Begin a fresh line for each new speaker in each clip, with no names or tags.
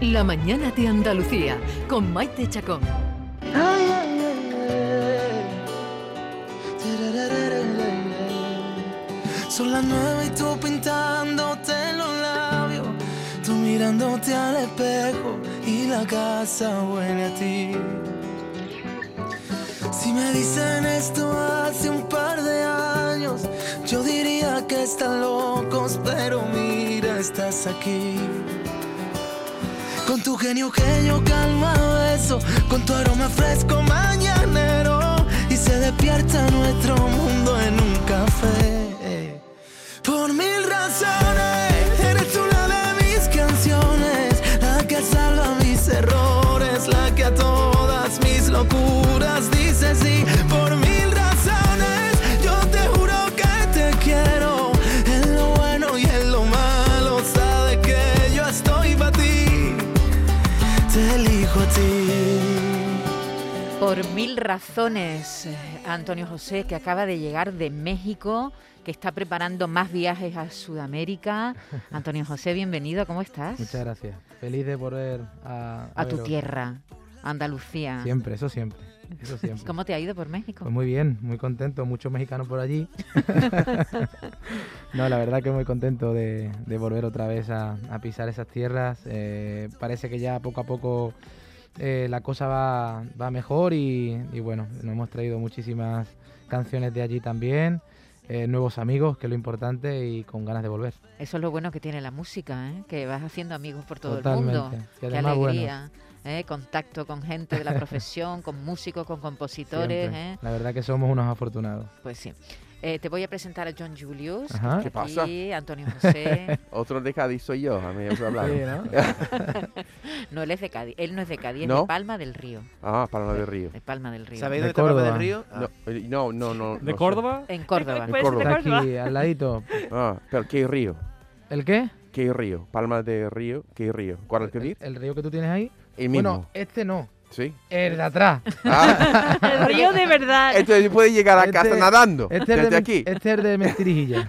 La mañana de Andalucía con Maite Chacón.
Ay, ay, ay, ay. Tararararara. Son las nueve y tú pintándote los labios, tú mirándote al espejo y la casa huele a ti. Si me dicen esto hace un par de años, yo diría que están locos, pero mira, estás aquí. Con tu genio que yo calma eso, con tu aroma fresco mañanero y se despierta nuestro mundo en un café. Por mil razones, eres tú la de mis canciones, la que salva mis errores, la que a todas mis locuras dice sí. Por mil razones, yo te juro que te quiero, en lo bueno y en lo malo, sabes que yo estoy para ti, te elijo a ti.
Por mil razones, eh, Antonio José, que acaba de llegar de México, que está preparando más viajes a Sudamérica. Antonio José, bienvenido, ¿cómo estás?
Muchas gracias. Feliz de volver a,
A tu
veros.
tierra, Andalucía.
Siempre, eso siempre. Eso siempre.
¿Cómo te ha ido por México?
Pues muy bien, muy contento, muchos mexicanos por allí. no, la verdad que muy contento de, de volver otra vez a, a pisar esas tierras. Eh, parece que ya poco a poco eh, la cosa va, va mejor y, y bueno, nos hemos traído muchísimas canciones de allí también, eh, nuevos amigos, que es lo importante, y con ganas de volver.
Eso es lo bueno que tiene la música, ¿eh? que vas haciendo amigos por todo
Totalmente.
el mundo.
Y
Qué
además, bueno,
alegría. ¿eh? Contacto con gente de la profesión, con músicos, con compositores.
siempre.
¿eh?
La verdad que somos unos afortunados.
Pues sí. Eh, te voy a presentar a John Julius. que
Ajá.
está
¿Qué pasa?
aquí, Antonio José.
Otro de Cádiz soy yo, a mí me gusta hablar.
No, él es de Cádiz. Él no es de Cádiz, es
¿No?
de Palma del Río.
Ah, para no de Río.
De Palma del Río.
¿Sabéis
De
dónde está Palma
Córdoba.
del Río? Ah,
No, eh, no, no. no
¿De
no
Córdoba?
En Córdoba.
Pues,
Sé. De
Está
Córdoba.
aquí al ladito.
Ah, pero ¿qué río?
¿El qué?
¿Qué río? Palma de Río, ¿qué río? ¿Cuál es el
el,
río?
el río que tú tienes ahí.
El mismo.
Bueno, este no.
¿Sí?
El de atrás.
Ah,
El río de verdad.
entonces puedes llegar a
Este-
casa nadando.
Este es el
desde
de,
aquí.
Este es el de Mestirijilla.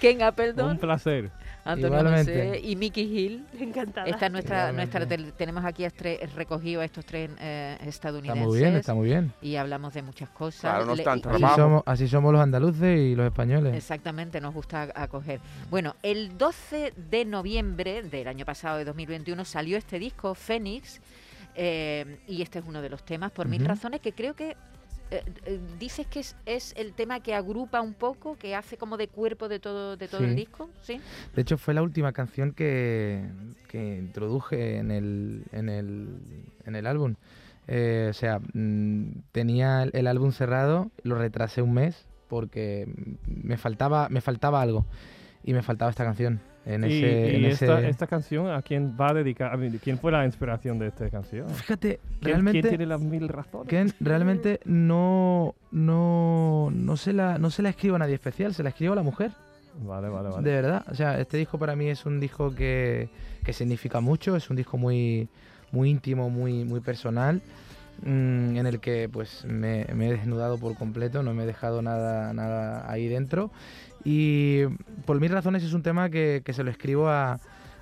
Kenga,
Un
ah, perdón.
placer.
Antonio
Igualmente.
José y Mickey Hill.
Encantada.
Esta es nuestra,
Igualmente.
nuestra tel- tenemos aquí a tres recogidos a estos tres eh,
Está
estadounidenses
muy bien, está muy bien.
y hablamos de muchas cosas.
Claro, no
Le-
están
y-
Así
Vamos.
somos, así somos los andaluces y los españoles.
Exactamente, nos gusta ac- acoger. Bueno, el 12 de noviembre del año pasado, de 2021, salió este disco, Fénix, eh, y este es uno de los temas, por mil
Ujú.
razones, que creo que eh, eh, dices que es, es el tema que agrupa un poco, que hace como de cuerpo de todo, de todo el
Sí.
disco, ¿sí?
De hecho, fue la última canción que, que introduje en el, en el, en el álbum. Eh, o sea, mm, tenía el, el álbum cerrado, lo retrasé un mes porque mm, me faltaba, me faltaba algo. Y me faltaba esta canción. En
y
ese,
y
en
esta,
ese-
esta canción, ¿a quién va a dedicar? a mí, ¿Quién fue la inspiración de esta canción?
Fíjate,
¿Quién,
realmente.
quién tiene las mil razones?
Ken realmente no, no, no, se la, no se la escribo a nadie especial, se la escribo a la mujer,
Vale, vale, vale.
de verdad. O sea, este disco para mí es un disco que, que significa mucho, es un disco muy, muy íntimo, muy, muy personal, mm, en el que pues me, me he desnudado por completo, no me he dejado nada, nada ahí dentro. Y por mis razones es un tema que, que se lo escribo a-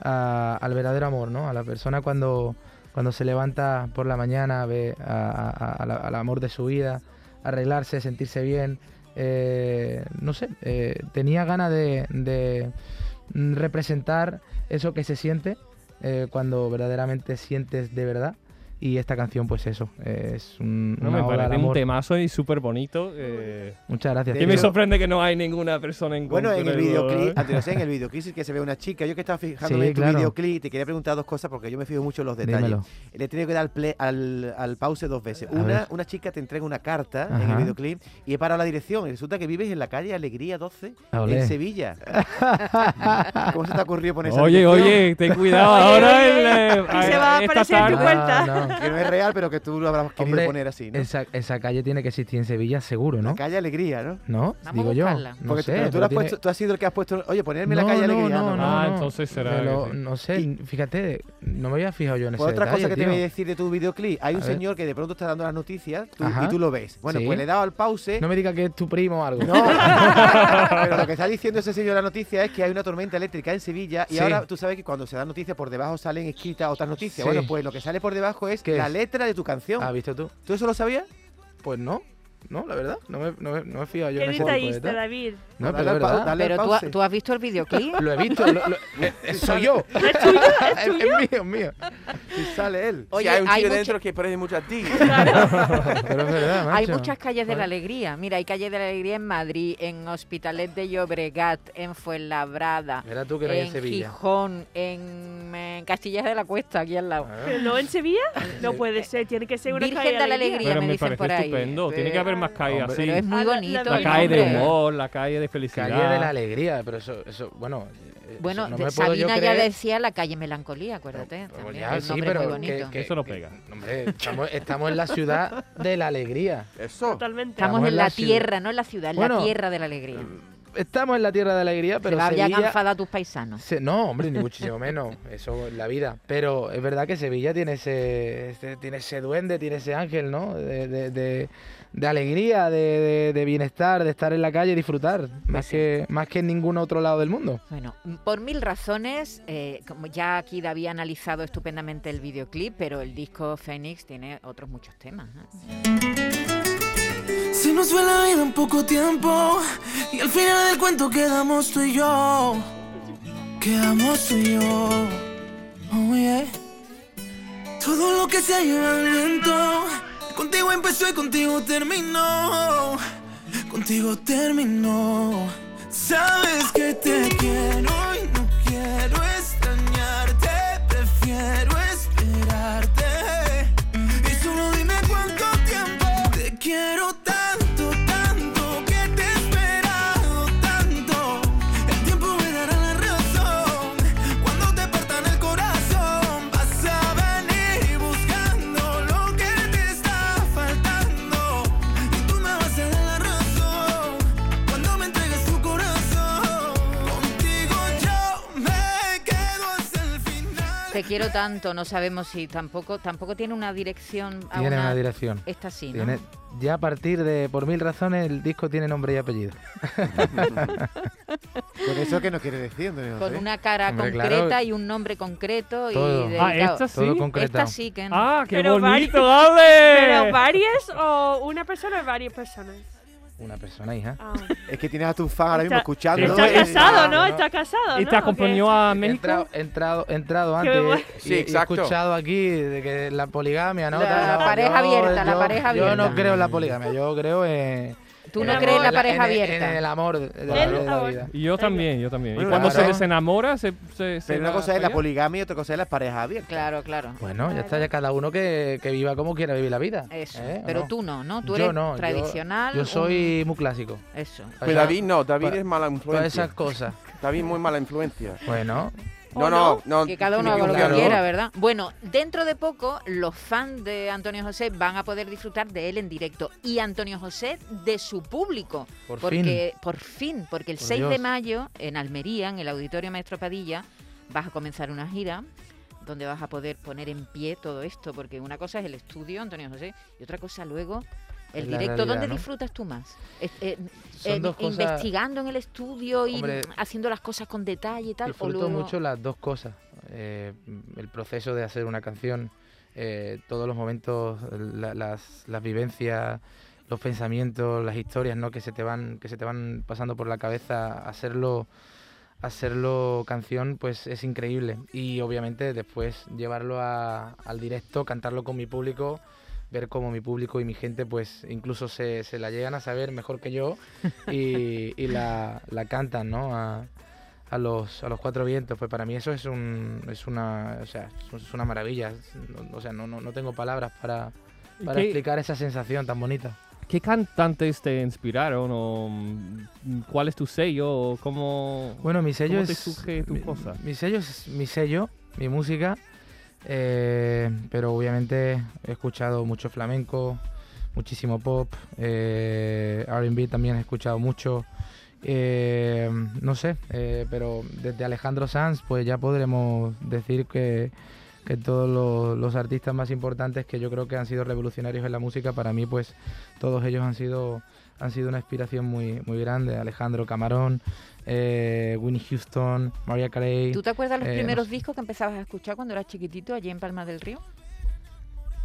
a- al verdadero amor, ¿no? A la persona cuando, cuando se levanta por la mañana, ve a- a- a- a la- al amor de su vida, arreglarse, sentirse bien. eh, no sé, eh, tenía ganas de, de, mm, representar eso que se siente eh, cuando verdaderamente sientes de verdad. Y esta canción, pues eso, eh, es un,
No,
una
me
oda al
parece un
amor.
temazo y súper bonito. eh,
Muchas gracias.
que
tío.
me sorprende que no hay ninguna persona en
Bueno, en el
concreto,
videoclip,
¿eh?
antes no sé, en el videoclip sí que se ve una chica. Yo que estaba fijándome
Sí,
en tu
claro.
videoclip, te quería preguntar dos cosas porque yo me fijo mucho en los detalles.
Dímelo.
Le he tenido que dar play- al, al pause dos veces.
A ver.
Una, una chica te entrega una carta en el
Ajá.
videoclip y he parado la dirección. Y resulta que vives en la calle Alegría 12
Olé.
en Sevilla. ¿Cómo se te ha ocurrido poner esa
Oye,
dirección?
oye, ten cuidado
Oye,
ahora.
oye,
el, eh,
que se va a
esta
aparecer tu
tarde.
cuenta.
No, no.
Que no es real, pero que tú lo habrás querido
Hombre,
poner así, ¿no?
Esa, esa calle tiene que existir en Sevilla, seguro, ¿no?
La calle Alegría, ¿no?
¿No?
Vamos a
Digo yo.
buscarla.
No
Porque tú-
sé.
pero tú,
pero
lo has
tiene-
puesto, tú has sido el que has puesto, oye, ponerme
No,
la calle
no,
Alegría.
no, no.
ah, entonces será.
Me lo-
que sí.
No sé, fíjate, no me había fijado yo en ese
Pues otra
detalle,
cosa que te
tío.
voy a decir de tu videoclip, hay
A
un
ver.
señor que de pronto está dando las noticias tú-
Ajá.
y tú lo ves. Bueno,
Sí.
pues le he dado al pause.
No me digas que es tu primo o algo.
No, pero lo que está diciendo ese señor en la noticia es que hay una tormenta eléctrica en Sevilla y
Sí.
ahora tú sabes que cuando se dan noticias por debajo salen escritas otras
Sí.
noticias. Bueno, pues lo que sale por debajo es Ah.
¿Qué
la
es?
letra de tu canción.
¿Has visto Ah, tú?
¿Tú eso lo sabías?
Pues no, no, la verdad, no me, no me, no me he fijado yo
Qué
en ese tipo de
detallista,
detalle.
David.
No,
Dale
pero
al
es
pa-
verdad.
dale al
Pero tú,
pause.
ha- tú has visto el videoclip.
Lo he visto, lo- lo- eh, eh, soy yo.
¿Es tuyo?
Es
¿Es tuyo?
mío, es mío.
Y sale él.
Si
Oye,
hay un
hay
chico
mucha-
dentro que parece mucho a ti.
Pero es verdad,
Hay
macho.
muchas calles de la
Vale.
alegría. Mira, hay calles de la alegría en Madrid, en Hospitalet de Llobregat, en Fuenlabrada,
Era tú que eras en
en
Sevilla.
Gijón, en, eh, Castillas de la Cuesta, aquí al lado.
Ah,
¿Pero no en Sevilla?
Eh,
No puede ser, tiene que ser una
Virgen
calle
de la
Alegría.
Alegría,
Pero
me
me
dicen
parece
por ahí.
estupendo.
este,
Pero-
Tiene que haber más calles
Hombre,
así.
Pero es muy
Ah, la- la
bonito.
de
La
Oye,
calle de
hombre.
humor, la calle de felicidad.
Calle de la alegría, pero eso, eso bueno. eh,
Bueno,
eso no
de-
me puedo yo
Sabina ya
creer.
decía la calle melancolía, acuérdate.
Pues
también,
ya,
el
sí,
nombre es
pero
muy
que-
bonito.
que-
Eso no
que-
pega.
hombre, estamos, estamos en la ciudad de la alegría.
Eso.
Ah.
Totalmente.
Estamos
Estamos
en
en
la,
la ciudad.
tierra, no en la ciudad, en la
Bueno,
tierra de la alegría.
Estamos en la tierra de la alegría,
Pero
pero
Se había
Sevilla...
cansado a tus paisanos.
Se- no, hombre, ni muchísimo menos. Eso es la vida. Pero es verdad que Sevilla tiene ese, este- tiene ese duende, tiene ese ángel, ¿no? De, de- de- de alegría, de, de- de bienestar, de estar en la calle y disfrutar. Más que, más que en ningún otro lado del mundo.
Bueno, por mil razones, eh, como ya aquí David ha analizado estupendamente el videoclip, pero el disco Fénix tiene otros muchos temas. ¿no?
Se nos fue la vida en poco tiempo y al final del cuento quedamos tú y yo. Quedamos tú y yo. Oh, yeah. Todo lo que se ha llevado el viento, contigo empezó y contigo terminó. Contigo terminó. Sabes que te quiero y no quiero extrañarte. Prefiero esperarte. Y solo dime cuánto tiempo te quiero tanto, tanto que te he esperado tanto. El tiempo me dará la razón. Cuando te partan el corazón, vas a venir buscando lo que te está faltando. Y tú me vas a dar la razón. Cuando me entregues tu corazón, contigo yo me quedo hasta el final.
Te quiero tanto, no sabemos si tampoco tampoco tiene una dirección. a
Tiene
una-
una dirección.
Esta sí, ¿no?
Tiene- ya a partir de por mil razones el disco tiene nombre y apellido.
Con Pues eso que no quiere decir, Antonio
Con
José?
una cara
Hombre, claro.
concreta y un nombre concreto.
Todo.
Y
Ah,
dedicado.
esta sí.
Todo concretado.
Esta sí que no.
Ah, qué
Pero
bonito,
¿Pero
dale.
varias o una persona o varias personas?
Una persona, hija.
Ah.
Es que tienes a tu fan ahora mismo
Está-
escuchando.
Pero
Está
no,
casado, ¿no?
no.
Está casado,
¿Y te
¿no? ¿O qué?
acompañó a
He entrado,
México?
he entrado, he entrado
Qué
antes.
bueno.
y-
Sí,
y
exacto.
He escuchado aquí de que la poligamia, ¿no?
La
Tal, no,
pareja abierta, la pareja
Yo no
abierta.
creo en la poligamia, yo creo en.
Tú
en
no
el-
crees en la
en la-
pareja
en el-
abierta.
En el amor de, de la,
En el
de la
amor.
vida.
Y yo también, yo también.
Bueno,
y cuando
claro.
se desenamora, se. se, se
Pero
va
una cosa es
para
la
allá.
poligamia y otra cosa es las parejas abiertas.
Claro, claro.
Bueno, ya está, ya cada uno que, que viva como quiera vivir la vida.
Eso.
¿eh? ¿O
Pero
no?
tú no, ¿no? Tú
Yo
eres
no, yo-
tradicional.
Yo
un-
soy muy clásico.
Eso.
Pero
sea,
Pues David no, David
pa-
es mala
Todas
influencia.
esas cosas.
David es muy mala influencia.
Bueno,
No, no, no.
Que cada uno
tiene
haga lo que
buscarlo.
quiera, ¿verdad? Bueno, dentro de poco, los fans de Antonio José van a poder disfrutar de él en directo. Y Antonio José de su público.
por fin.
porque, Por fin, porque el
Por
6 de
Dios.
mayo, en Almería, en el Auditorio Maestro Padilla, vas a comenzar una gira donde vas a poder poner en pie todo esto, porque una cosa es el estudio, Antonio José, y otra cosa luego el
Es la
directo.
realidad,
¿Dónde
¿no?
disfrutas tú más? Es- eh,
Son
eh,
dos cosas.
investigando en el estudio y
Hombre,
haciendo las cosas con detalle y tal. o
Disfruto
luego-
mucho las dos cosas. Eh, el proceso de hacer una canción, eh, todos los momentos, la- las, las vivencias, los pensamientos, las historias ¿no? que se te van, que se te van pasando por la cabeza, hacerlo, hacerlo canción, pues es increíble. Y obviamente después llevarlo a- al directo, cantarlo con mi público ver cómo mi público y mi gente pues incluso se, se la llegan a saber mejor que yo y, y la, la cantan, ¿no? A, a los, a los cuatro vientos, pues para mí eso es, un, es, una, o sea, es una maravilla. Es- no- o sea, no, no, no tengo palabras para, para
¿Qué-
explicar esa sensación tan bonita.
¿Qué cantantes te inspiraron? O, mm, ¿Cuál es tu sello? O ¿Cómo.?
Bueno, mi sello
¿Cómo
es.
te surge tu
mi,
cosa?
mi sello es mi sello, mi música. eh, pero obviamente he escuchado mucho flamenco, muchísimo pop, eh, RB también he escuchado mucho. Eh, no sé, eh, pero desde Alejandro Sanz, pues ya podremos decir que, que todos los, los artistas más importantes que yo creo que han sido revolucionarios en la música, para mí, pues todos ellos han sido, han sido una inspiración muy, muy grande. Alejandro Camarón, eh, Winnie Houston, Maria Carey.
¿Tú te acuerdas los
Eh, no
primeros
sé.
discos que empezabas a escuchar cuando eras chiquitito allí en Palma del Río?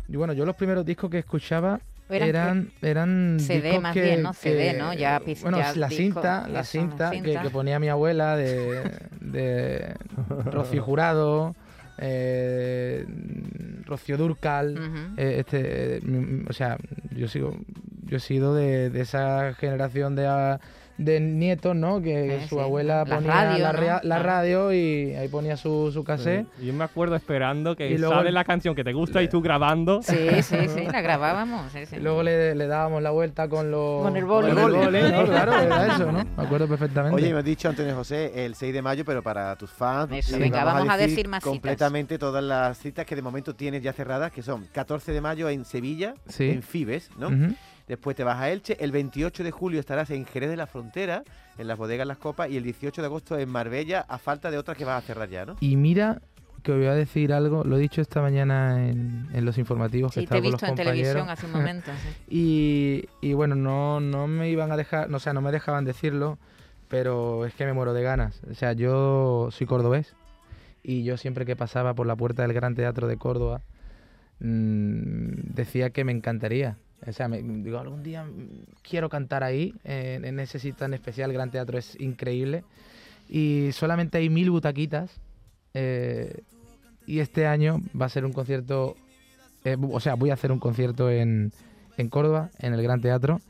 Y bueno, yo los primeros discos que escuchaba
¿O
eran eran
CD
discos
más
que-
bien, ¿no? CD,
que- eh,
¿no? Ya pis-
bueno
ya
la
disco,
cinta la
eso, una
cinta, que-
cinta.
Que, ponía mi abuela de, de Rocío Jurado eh, Rocío Durcal
Ujú.
eh, este eh, mi- o sea yo sigo yo he sido de, de esa generación de ah, de nietos, ¿no? Que
Eh,
su
sí.
abuela
La
ponía
radio,
la,
¿no?
rea- la
Ah.
radio y ahí ponía su, su cassette.
Eh, Yo me acuerdo esperando que
Y luego-
sale la canción que te gusta y tú grabando.
Sí, sí, sí, la grabábamos. sí, sí.
Y luego le, le dábamos la vuelta con los...
Con el boli.
Con el boli,
Con el
¿no?
boli.
claro, era eso, ¿no? Me acuerdo perfectamente.
Oye, me has dicho, Antonio José, el 6 de mayo, pero para tus fans. eh,
Eso,
y
venga, vamos a decir más citas.
Completamente todas las citas que de momento tienes ya cerradas, que son 14 de mayo en Sevilla,
Sí.
en Fibes, ¿no?
Ujú.
Después te vas a Elche, el 28 de julio estarás en Jerez de la Frontera, en las bodegas Las Copas, y el 18 de agosto en Marbella, a falta de otras que vas a cerrar ya, ¿no?
Y mira que os voy a decir algo, lo he dicho esta mañana en, en los informativos
Sí,
que
te
estaba
he
con los
visto en
compañeros.
televisión hace un momento. sí.
Y, y bueno, no, no me iban a dejar, o sea, no me dejaban decirlo, pero es que me muero de ganas. O sea, yo soy cordobés y yo siempre que pasaba por la puerta del Gran Teatro de Córdoba mm, decía que me encantaría. O sea, me, digo, algún día mm, quiero cantar ahí, eh, en ese sitio tan especial, el Gran Teatro es increíble. Y solamente hay mil butaquitas. eh, y este año va a ser un concierto, eh, o sea, voy a hacer un concierto en, en Córdoba, en el Gran Teatro.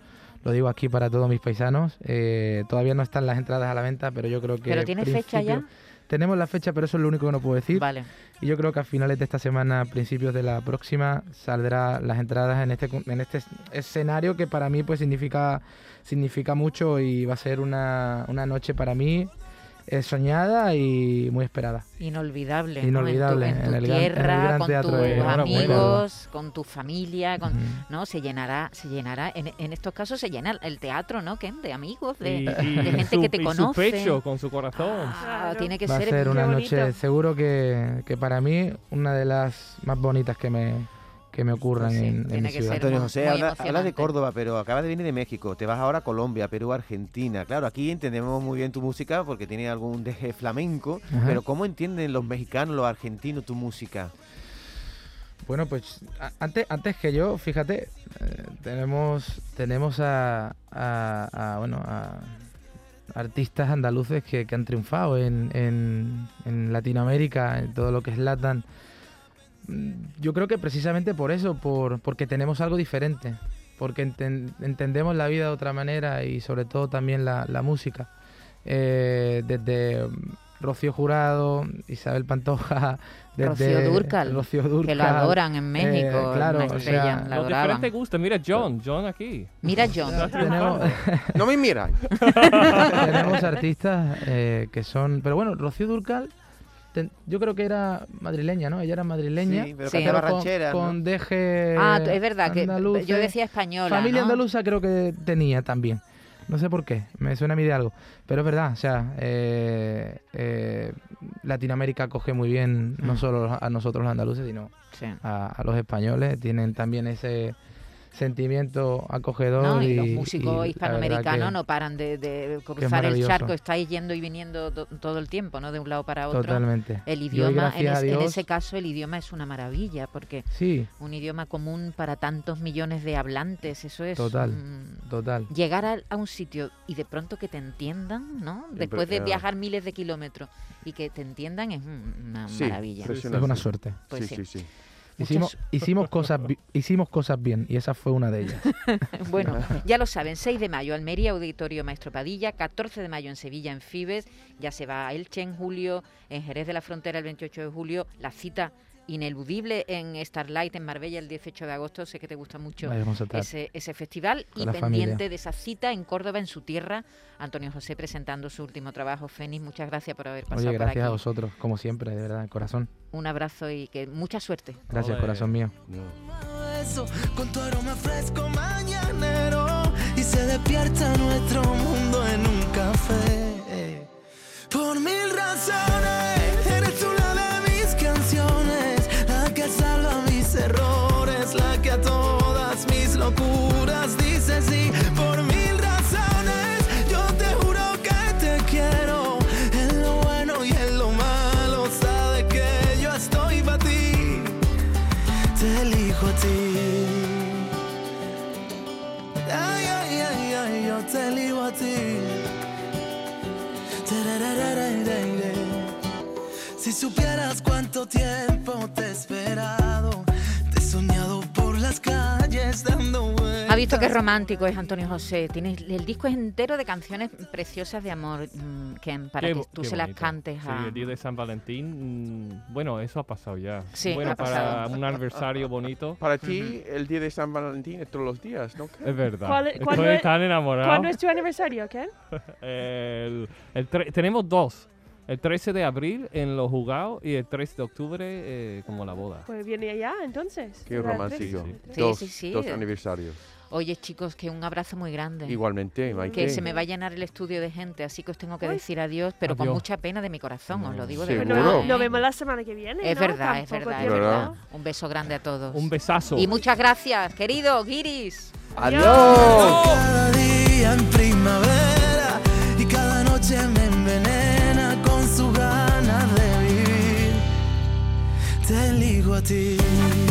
Lo digo aquí para todos mis paisanos. eh, todavía no están las entradas a la venta, pero yo creo que...
¿Pero tienes fecha ya?
principio- Tenemos la fecha, pero eso es lo único que no puedo decir.
Vale.
Y yo creo que a finales de esta semana, principios de la próxima, saldrá las entradas en este, en este escenario que para mí pues significa, significa mucho y va a ser una, una noche para mí eh, soñada y muy esperada.
Inolvidable. ¿no?
Inolvidable,
En tu, en tu
en el gran- en el
tierra,
gran
con
teatro
de-
tus
Enhorabuena.
amigos, con tu familia, con...
Ujú.
No, se llenará, se llenará. En, en estos casos se llena el teatro, ¿no, Ken? De amigos, de...
Y, y
gente
su,
que te
y su
conoce.
pecho con su corazón.
Ah,
Claro.
Tiene que
Va a
ser,
ser una
qué
noche,
bonito.
seguro que, que para mí, una de las más bonitas que me, que me ocurran
Pues Sí,
en, en
tiene
mi
que
ciudad.
ser.
Antonio
muy-
José,
muy
habla, hablas
emocionante.
de Córdoba, pero acabas de venir de México. Te vas ahora a Colombia, Perú, Argentina. Claro, aquí entendemos muy bien tu música porque tiene algún deje flamenco,
Ajá.
pero ¿cómo entienden los mexicanos, los argentinos tu música?
Bueno, pues a- antes, antes que yo, fíjate, eh, tenemos, tenemos a, a- a, bueno, a artistas andaluces que, que han triunfado en, en- en Latinoamérica, en todo lo que es Latam. Mm, Yo creo que precisamente por eso, por, porque tenemos algo diferente, porque enten- entendemos la vida de otra manera y sobre todo también la, la música. Eh, desde mm, Rocío Jurado, Isabel Pantoja, desde
Rocío Dúrcal,
Rocío
que lo
Dúrcal.
adoran en México,
Eh, claro,
una
o sea,
estrella, la
Los
adoraban.
diferentes gustos. Mira, John, John aquí.
Mira, John,
tenemos,
No me miras.
tenemos artistas eh, que son. Pero bueno, Rocío Durcal, ten- yo creo que era madrileña, ¿no? Ella era madrileña.
Sí, pero
Sí.
cantaba
con,
rancheras, ¿no?
con deje.
Ah, tú- es verdad que
Eh, andaluces.
yo decía española.
Familia
¿no?
andaluza creo que tenía también. No sé por qué, me suena a mí de algo. Pero es verdad, o sea, eh, eh, Latinoamérica coge muy bien no
Mm.
solo a nosotros los andaluces, sino
Sí.
a, a los españoles. Tienen también ese sentimiento acogedor.
No, y, los
y- y la
músicos
verdad
hispanoamericanos
que-
no paran de, de cruzar el
maravilloso.
charco, estáis yendo y viniendo to- todo el tiempo, ¿no? De un lado para otro.
Totalmente.
El
Yo,
idioma, en,
gracias a
es- en
Dios,
ese caso, el idioma es una maravilla, porque
Sí,
un idioma común para tantos millones de hablantes, eso es...
Total.
mm,
total.
llegar al- a, un sitio y de pronto que te entiendan, ¿no? Después de
Impresionante.
viajar miles de kilómetros y que te entiendan es un- una
Sí,
maravilla.
impresionante.
Es buena suerte.
Pues
sí,
sí.
sí, sí.
Muchas-
Hicimos, hicimos, cosas, bi- hicimos cosas bien y esa fue una de ellas.
Bueno, ya lo saben, 6 de mayo, Almería, Auditorio Maestro Padilla, 14 de mayo en Sevilla, en Fibes, ya se va a Elche en julio, en Jerez de la Frontera el 28 de julio, la cita ineludible en Starlight en Marbella el 18 de agosto. Sé que te gusta mucho
Vayamos a tal.
ese, ese festival
Con
y
la
pendiente
familia.
de esa cita en Córdoba, en su tierra, Antonio José presentando su último trabajo, Fénix. Muchas gracias por haber pasado
Oye,
por aquí.
gracias a vosotros, como siempre, de verdad, corazón.
Un abrazo y que mucha suerte.
Gracias,
Ole.
corazón mío.
beso con tu aroma fresco mañanero y se despierta nuestro mundo en un café. Por mil razones, eres una de mis canciones, la que salva mis errores, la que a todas mis locuras dice sí. Por mil razones, yo te juro que te quiero, en lo bueno y en lo malo, sabes que yo estoy para ti te elijo a ti. Ay, ay, ay, ay, yo te elijo a ti. Tararararairare. Si supieras cuánto tiempo te he esperado, te he soñado por las calles dando vueltas.
Ha visto qué romántico es Antonio José. Tienes, el disco es entero de canciones preciosas de amor, mm, Ken, para
Qué
que
bo-
tú
qué
se las
bonito.
cantes ah.
Sí,
a...
el día de San Valentín, mm, bueno, eso ha pasado ya.
Sí,
bueno,
ha
para
pasado.
un aniversario bonito,
Para ti, el día de San Valentín es todos los días, ¿no?
es verdad.
¿Cuál-
Estoy
cuándo es-
tan enamorado.
¿Cuándo es tu aniversario, Ken?
El- el tre- tenemos dos. El 13 de abril en los jugados y el 3 de octubre eh, como la boda.
Pues viene allá, entonces.
Qué
Era
romántico.
tres,
Sí,
dos,
sí, sí.
dos aniversarios.
Oye, chicos, que un abrazo muy grande.
Igualmente, Maite.
Que se me va a llenar el estudio de gente, así que os tengo que decir adiós, pero con
Adiós.
mucha pena de mi corazón, os lo digo de
Pues
Seguro.
verdad.
no,
¿eh?
nos vemos la semana que viene.
Es
¿no?
verdad, es
Tampoco
verdad, es
tiene
verdad.
nada.
Un beso grande a todos.
Un besazo.
y muchas gracias, querido Guiris.
¡Adiós!
Cada día en primavera y cada noche me envenena con su ganas de vivir. Te elijo a ti.